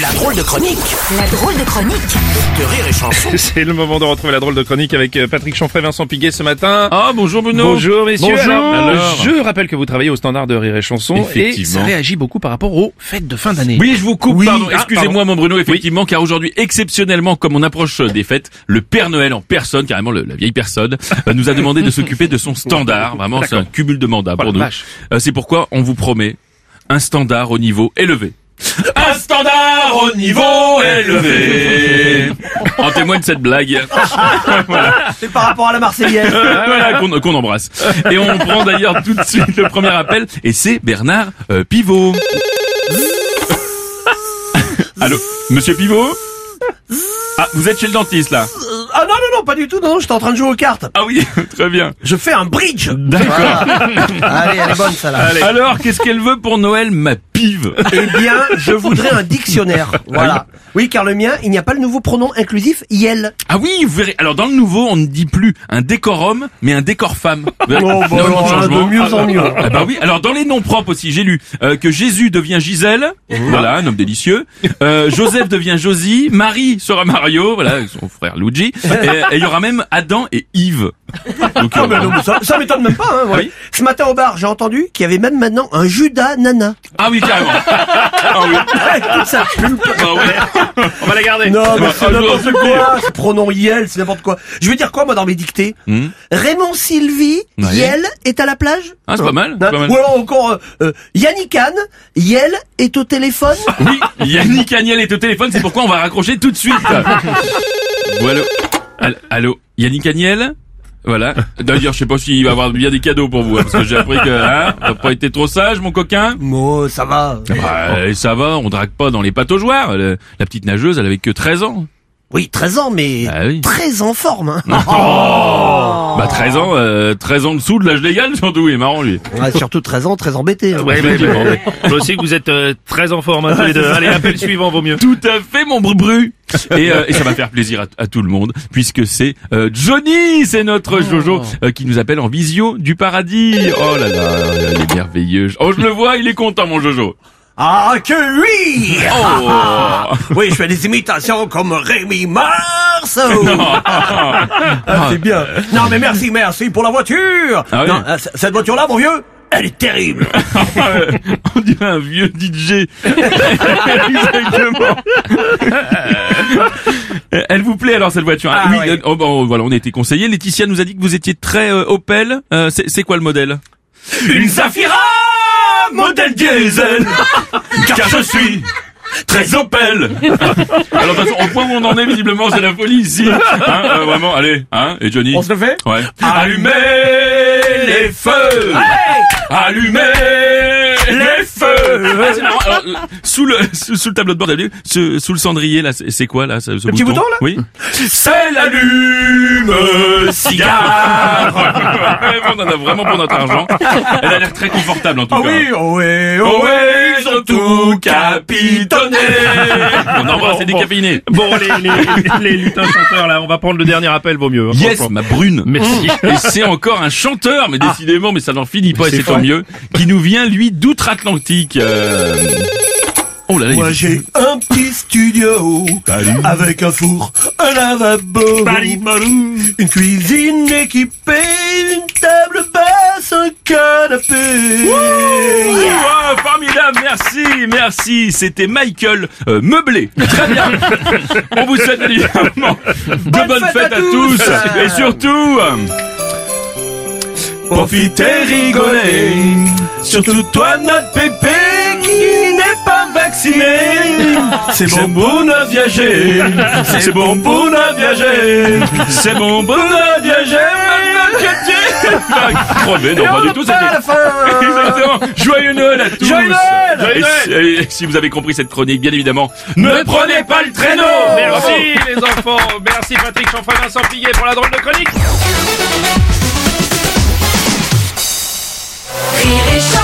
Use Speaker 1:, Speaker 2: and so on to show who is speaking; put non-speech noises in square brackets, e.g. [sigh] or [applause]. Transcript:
Speaker 1: La drôle de chronique
Speaker 2: La drôle de chronique
Speaker 1: de Rire et Chanson.
Speaker 3: [laughs] C'est le moment de retrouver la drôle de chronique avec euh, Patrick Chanfray, Vincent Piguet ce matin.
Speaker 4: Ah bonjour Bruno.
Speaker 3: Bonjour messieurs.
Speaker 4: Bonjour.
Speaker 3: Alors,
Speaker 4: Alors.
Speaker 3: je rappelle que vous travaillez au standard de rire et chanson et
Speaker 4: Effectivement.
Speaker 3: ça réagit beaucoup par rapport aux fêtes de fin d'année.
Speaker 4: Oui, je vous coupe.
Speaker 3: Oui.
Speaker 4: pardon.
Speaker 3: Ah,
Speaker 4: Excusez-moi,
Speaker 3: pardon.
Speaker 4: mon Bruno. Effectivement, car aujourd'hui, exceptionnellement, comme on approche euh, des fêtes, le Père Noël en personne, carrément le- la vieille personne, euh, nous a demandé de s'occuper de son standard. Vraiment, c'est un cumul de mandats
Speaker 3: Oh la
Speaker 4: pour nous.
Speaker 3: vache.
Speaker 4: Euh, C'est pourquoi on vous promet un standard au niveau élevé. Un standard au niveau élevé. [laughs] En témoigne
Speaker 3: [laughs]
Speaker 4: cette blague.
Speaker 5: C'est par rapport à la Marseillaise.
Speaker 4: Ah, [laughs] voilà, qu'on qu'on embrasse. Et on prend d'ailleurs tout de suite le premier appel, et c'est Bernard euh, Pivot. Allô, Monsieur Pivot Ah, vous êtes chez le dentiste là
Speaker 5: ah non, non, non, pas du tout, non, j'étais en train de jouer aux cartes.
Speaker 4: Ah oui, [laughs] très bien.
Speaker 5: Je fais un bridge.
Speaker 4: D'accord.
Speaker 5: Allez, elle est bonne, ça, là.
Speaker 4: Alors, qu'est-ce qu'elle veut pour Noël, ma pive
Speaker 5: Eh bien, je voudrais un dictionnaire. Voilà. Oui, car le mien, il n'y a pas le nouveau pronom inclusif IEL.
Speaker 4: Ah oui, vous verrez. Alors, dans le nouveau, on ne dit plus un décorum, mais un décor femme. Vous verrez,
Speaker 5: Oh, bah,
Speaker 4: énormément
Speaker 5: alors là, de
Speaker 4: changements.
Speaker 5: mieux en mieux.
Speaker 4: Ah bah oui, alors dans les noms propres aussi, j'ai lu euh, que Jésus devient Gisèle,
Speaker 5: Oh.
Speaker 4: voilà, un homme délicieux, Euh, Joseph devient Josie, Marie sera Mario, voilà, avec son frère Luigi, et et il y aura même Adam et Yves. Donc, euh,
Speaker 5: Ah, bah, Non, mais ça, ça m'étonne même pas, hein, voilà.
Speaker 4: oui
Speaker 5: Ce matin au bar, j'ai entendu qu'il y avait même maintenant un Judas Nana.
Speaker 4: ah oui, carrément. Ah oui,
Speaker 5: Écoute, ça pulpe.
Speaker 4: ah ouais.
Speaker 3: On va la garder.
Speaker 5: Non, mais
Speaker 4: Ah,
Speaker 5: c'est
Speaker 4: je
Speaker 5: n'importe quoi. Ce pronom IEL, c'est n'importe quoi. Je veux dire quoi, moi, dans mes dictées?
Speaker 4: Hmm.
Speaker 5: Raymond Sylvie,
Speaker 4: Ouais.
Speaker 5: IEL est à la plage?
Speaker 4: Ah, c'est pas mal, c'est pas mal.
Speaker 5: Ou alors encore, euh, euh, Yannick Hahn, IEL est au téléphone?
Speaker 4: [laughs] Oui, Yannick Agnel est au téléphone, c'est pourquoi on va raccrocher tout de suite. Voilà. Allô, allô, Yannick Agnel voilà. D'ailleurs, je sais pas s'il va avoir bien des cadeaux pour vous, hein, parce que j'ai appris que hein, t'as pas été trop sage, mon coquin.
Speaker 5: Moi, ça va.
Speaker 4: Bah, euh, ça va, on drague pas dans les pâtes aux joueurs. Le- la petite nageuse, elle avait que 13 ans.
Speaker 5: Oui, 13 ans, mais
Speaker 4: Ah oui.
Speaker 5: très en forme. hein.
Speaker 4: Bah 13 ans, euh, 13 ans dessous de l'âge légal, surtout, il est marrant lui.
Speaker 5: Ouais, Ah, surtout 13 ans, très embêté.
Speaker 4: Ah
Speaker 5: hein.
Speaker 3: Ouais, ouais,
Speaker 4: Effectivement.
Speaker 3: ouais. Je sais que vous êtes euh, très en forme hein, tous les [laughs] deux. Allez, appel suivant vaut mieux.
Speaker 4: Tout à fait, mon bru-bru et, euh, et ça va faire plaisir à, à tout le monde, puisque c'est euh, Johnny, c'est notre Jojo, euh, qui nous appelle en visio du paradis. Oh là là, il est merveilleux. Oh, je le vois, il est content, mon Jojo.
Speaker 5: Ah que oui
Speaker 4: Oh
Speaker 5: Oui, je fais des imitations comme Rémi [laughs] Marceau.
Speaker 4: Oh.
Speaker 5: Ah, c'est bien. Non, mais merci, merci pour la voiture.
Speaker 4: Ah oui.
Speaker 5: Non, euh, c- cette voiture-là, mon vieux, elle est terrible.
Speaker 4: [laughs] On dirait un vieux DJ. [laughs] Exactement. Euh, Elle vous plaît alors cette voiture hein
Speaker 5: Ah,
Speaker 4: Oui.
Speaker 5: ouais.
Speaker 4: euh, oh, bon, voilà, on a été conseillé. Laetitia nous a dit que vous étiez très euh, Opel. Euh, c'est c'est quoi le modèle
Speaker 5: Une Zafira, modèle
Speaker 4: [laughs]
Speaker 5: diesel.
Speaker 4: Car je suis très Opel. [laughs] alors de toute façon, au point où on en est visiblement, c'est la folie ici. Hein, euh, vraiment, allez. Hein, et Johnny.
Speaker 5: On se le fait
Speaker 4: Ouais. Allumez les feux. Allumez les feux Ah, c'est marrant. Alors, euh, sous, le, sous, sous le tableau de bord, vous avez vu, ce- sous le cendrier, là, c'est c'est quoi là, ce, ce
Speaker 5: petit bouton, là
Speaker 4: Oui. C'est l'allume cigare. [laughs] On en a vraiment pour notre argent. Elle a l'air très confortable en tout
Speaker 5: Ah
Speaker 4: cas.
Speaker 5: oui, oh oui, oh oui.
Speaker 4: Ouais, ils ont tout capitonné. On embrasse les décaféinés.
Speaker 3: Bon, les, les, les lutins chanteurs là, on va prendre le dernier appel vaut mieux. hein,
Speaker 4: Yes,
Speaker 3: franchement.
Speaker 4: ma brune.
Speaker 3: Merci.
Speaker 4: [laughs] Et c'est encore un chanteur, mais décidément, mais ça n'en finit pas, et c'est tant mieux, qui nous vient, lui, d'outre-Atlantique. Euh, Oh là là, il-
Speaker 5: Moi j'ai un petit studio avec un four, un lavabo, une cuisine équipée, une table basse, un canapé.
Speaker 4: Ouah, Ah, formidable, merci, merci. C'était Michael euh, Meublé. Très [laughs] bien. On vous souhaite évidemment de bonnes fêtes à, tous. Et surtout, euh, profitez, rigolez. Surtout toi, notre pépé, qui n'est pas vacciné. C'est bon pour notre viager. C'est bon pour notre viager. C'est bon pour notre viager. Crevé, non, pas du tout, c'était- Exactement. Joyeux Noël à tous.
Speaker 5: Joyeux Noël
Speaker 4: Et si- et si vous avez compris cette chronique, bien évidemment, ne prenez pas le traîneau.
Speaker 3: Merci les enfants. Merci Patrick Chanfray, Vincent Piguet pour la drôle de chronique.
Speaker 2: Rire et chanson